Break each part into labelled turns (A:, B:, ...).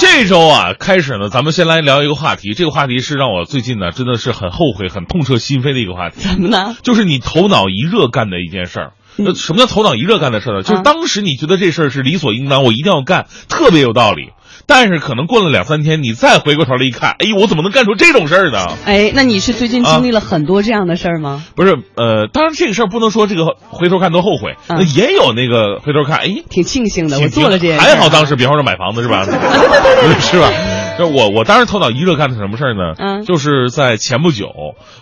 A: 这周啊，开始呢，咱们先来聊一个话题。这个话题是让我最近呢，真的是很后悔、很痛彻心扉的一个话题，
B: 怎么了？
A: 就是你头脑一热干的一件事儿。
B: 嗯
A: 呃，什么叫头脑一热干的事儿呢？就是
B: 啊
A: 当时你觉得这事儿是理所应当，我一定要干，特别有道理。但是可能过了两三天，你再回过头来一看，哎呦，我怎么能干出这种事儿呢？
B: 哎，那你是最近经历了很多这样的事儿吗？
A: 不是，呃，嗯当然这个事儿不能说这个回头看都后悔，
B: 啊
A: 那也有那个回头看，哎，
B: 挺庆幸的，我
A: 挺
B: 做了这件事儿啊
A: 还好当时，比方说买房子是吧？
B: 对对对 对
A: 是吧？就我我当时头脑一热干的什么事儿呢？
B: 嗯
A: 就是在前不久，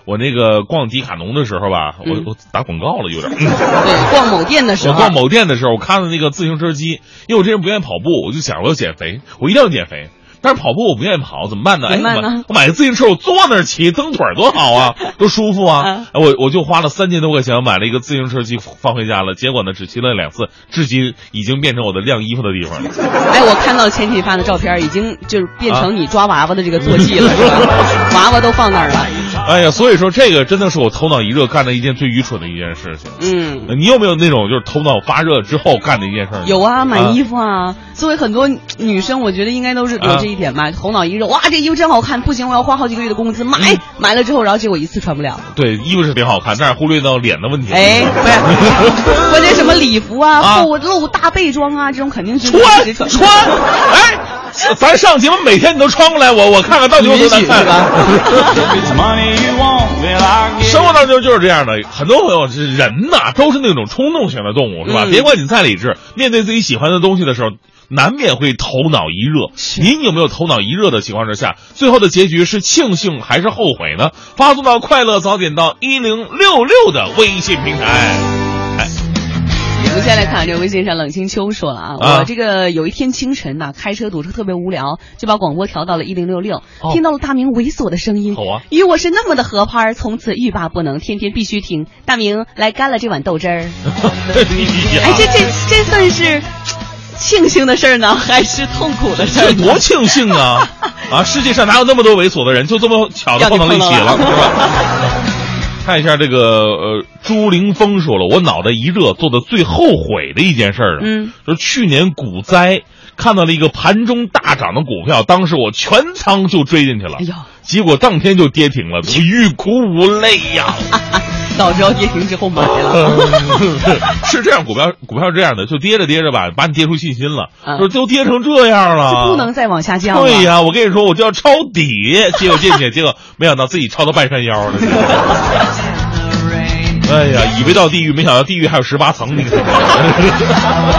A: 我那个逛迪卡侬的时候吧，我、
B: 嗯
A: 我打广告了有点儿。
B: 对，逛某店的时
A: 我
B: 候，啊
A: 逛某店的时候，我看到那个自行车机，因为我这人不愿意跑步，我就想我要减肥，我一定要减肥。但是跑步我不愿意跑，怎么办呢？哎，
B: 怎么
A: 我
B: 办呢
A: 买我买个自行车，我坐那儿骑，蹬腿儿多好 啊，多舒服啊
B: 嗯！
A: 哎我我就花了三千多块钱买了一个自行车机放回家了，结果呢只骑了两次，至今已经变成我的晾衣服的地方了。
B: 哎，我看到前几天发的照片，已经就是变成你抓娃娃的这个坐骑了，
A: 啊
B: 是 吧？娃娃都放那儿了。
A: 哎呀，所以说这个真的是我头脑一热干的一件最愚蠢的一件事情。哎
B: 嗯，
A: 你有没有那种就是头脑发热之后干的一件事儿呢？
B: 有啊，买衣服啊。作为很多女生，我觉得应该都是
A: 啊
B: 有这一点吧，头脑一热，哇，这衣服真好看，不行，我要花好几个月的工资买。
A: 嗯
B: 买了之后，然后结果一次穿不了。
A: 对，衣服是挺好看，但是忽略到脸的问题。
B: 哎，不 是，关键什么礼服啊，
A: 啊
B: 厚露大背装啊，这种肯定是一直
A: 穿穿，哎，咱上节目每天你都穿过来，我我看看到底有多难
B: 允许是吧
A: 看。
C: It's money you want, well I get.
A: 生活当中就是这样的，很多朋友是人呐、都是那种冲动型的动物，是吧？
B: 嗯
A: 别管你再理智，面对自己喜欢的东西的时候，难免会头脑一热。您有没有头脑一热的情况之下，最后的结局是庆幸还是后悔呢？发送到快乐早点到一零六六的微信平台。哎，
B: 我们先来看这个微信上冷清秋说了啊，
A: 啊
B: 我这个有一天清晨呐、开车堵车特别无聊，就把广播调到了一零六六
A: 哦，
B: 听到了大明猥琐的声音，
A: 好啊
B: 与我是那么的合拍儿，从此欲罢不能，天天必须听大明来干了这碗 豆汁儿。哎，这这这算是庆幸的事儿呢，还是痛苦的事 儿
A: 这
B: 呢？
A: 多庆幸 啊！啊，世界上哪有那么多猥琐的人，就这么巧的
B: 让
A: 碰
B: 你
A: 到了一起
B: 碰到
A: 了，
B: 了
A: 是吧？ 看一下这个呃，朱凌峰说了，我脑袋一热做的最后悔的一件事儿啊，
B: 嗯，
A: 就是去年股灾看到了一个盘中大涨的股票，当时我全仓就追进去了，
B: 哎呦
A: 结果当天就跌停 了，欲哭无泪呀、
B: 早知道跌停之后买了。
A: 是这样，股票股票是这样的，就跌着跌着吧，把你跌出信心了，
B: 嗯
A: 就是都跌成这样了，
B: 就不能再往下降了。
A: 啊对 呀、我跟你说，我就要抄底，结果进去，结果没想到自己抄到半山腰 了。哎呀，以为到地狱，没想到地狱还有十八层。 你知道吗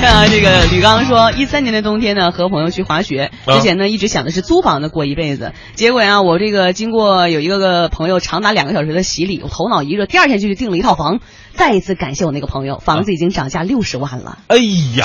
B: 看啊，这个吕刚说，一三年的冬天呢，和朋友去滑雪，
A: 啊
B: 之前呢一直想的是租房子过一辈子，结果呀，我这个经过有一个个朋友长达两个小时的洗礼，我头脑一热，第二天就去订了一套房。再一次感谢我那个朋友，房子已经涨价六十万了。
A: 哎呀，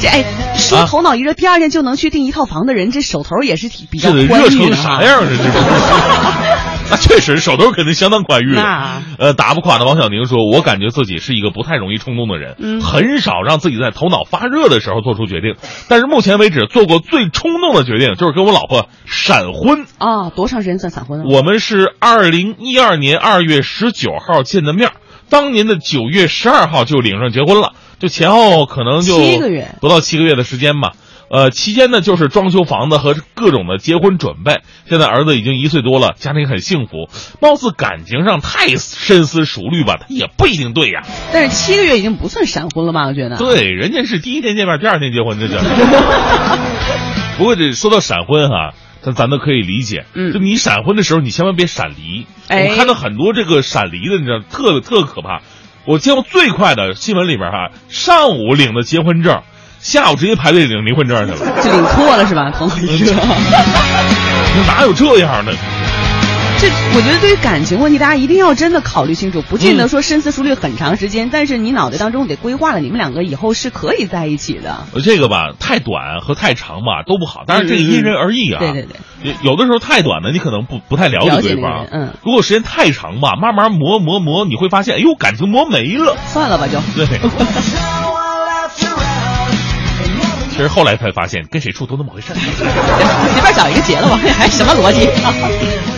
B: 这哎，说
A: 啊
B: 头脑一热，第二天就能去订一套房的人，这手头也是挺比较
A: 这得
B: 宽
A: 热
B: 裕
A: 成
B: 的
A: 啥
B: 哈。
A: 样啊？这 这。那确实，手头肯定相当宽裕的
B: 那。
A: 呃，打不垮的王小宁说：“我感觉自己是一个不太容易冲动的人，
B: 嗯
A: 很少让自己在头脑发热的时候做出决定。但是目前为止，做过最冲动的决定就是跟我老婆闪婚。
B: 啊，多长时间算闪婚啊？
A: 我们是二零一二年二月十九号见的面儿，当年的九月十二号就领证结婚了，就前后可能就
B: 七个月
A: 不到七个月的时间吧。呃，期间呢就是装修房子和各种的结婚准备。现在儿子已经一岁多了，家庭很幸福，貌似感情上太深思熟虑吧，他也不一定对呀。
B: 但是七个月已经不算闪婚了吧？我觉 得。
A: 对，人家是第一天见面，第二天结婚，这叫。 不过这说到闪婚哈、咱咱都可以理解。
B: 嗯
A: 就你闪婚的时候，你千万别闪离。
B: 哎
A: 我看到很多这个闪离的，你知道，特特可怕。我见过最快的新闻里边哈、上午领的结婚证，下午直接排队领离婚证去了，
B: 就领错了是吧？头脑一 热。
A: 哪有这样的？
B: 这我觉得对于感情问题，大家一定要真的考虑清楚，不见得说深思熟虑很长时间，但是你脑袋当中得规划了，你们两个以后是可以在一起的。
A: 呃这个吧，太短和太长吧都不好，当然这个
B: 嗯嗯嗯
A: 因人而异啊。
B: 对对对。
A: 有的时候太短的，你可能不不太了解
B: 了解
A: 对方
B: 那。个人嗯。
A: 如果时间太长吧，慢慢磨磨磨，你会发现，哎呦，感情磨没了。
B: 算了吧，就
A: 对。 其实后来才发现，跟谁处都那么回事儿。
B: 随便找一个结了吧，还什么逻辑？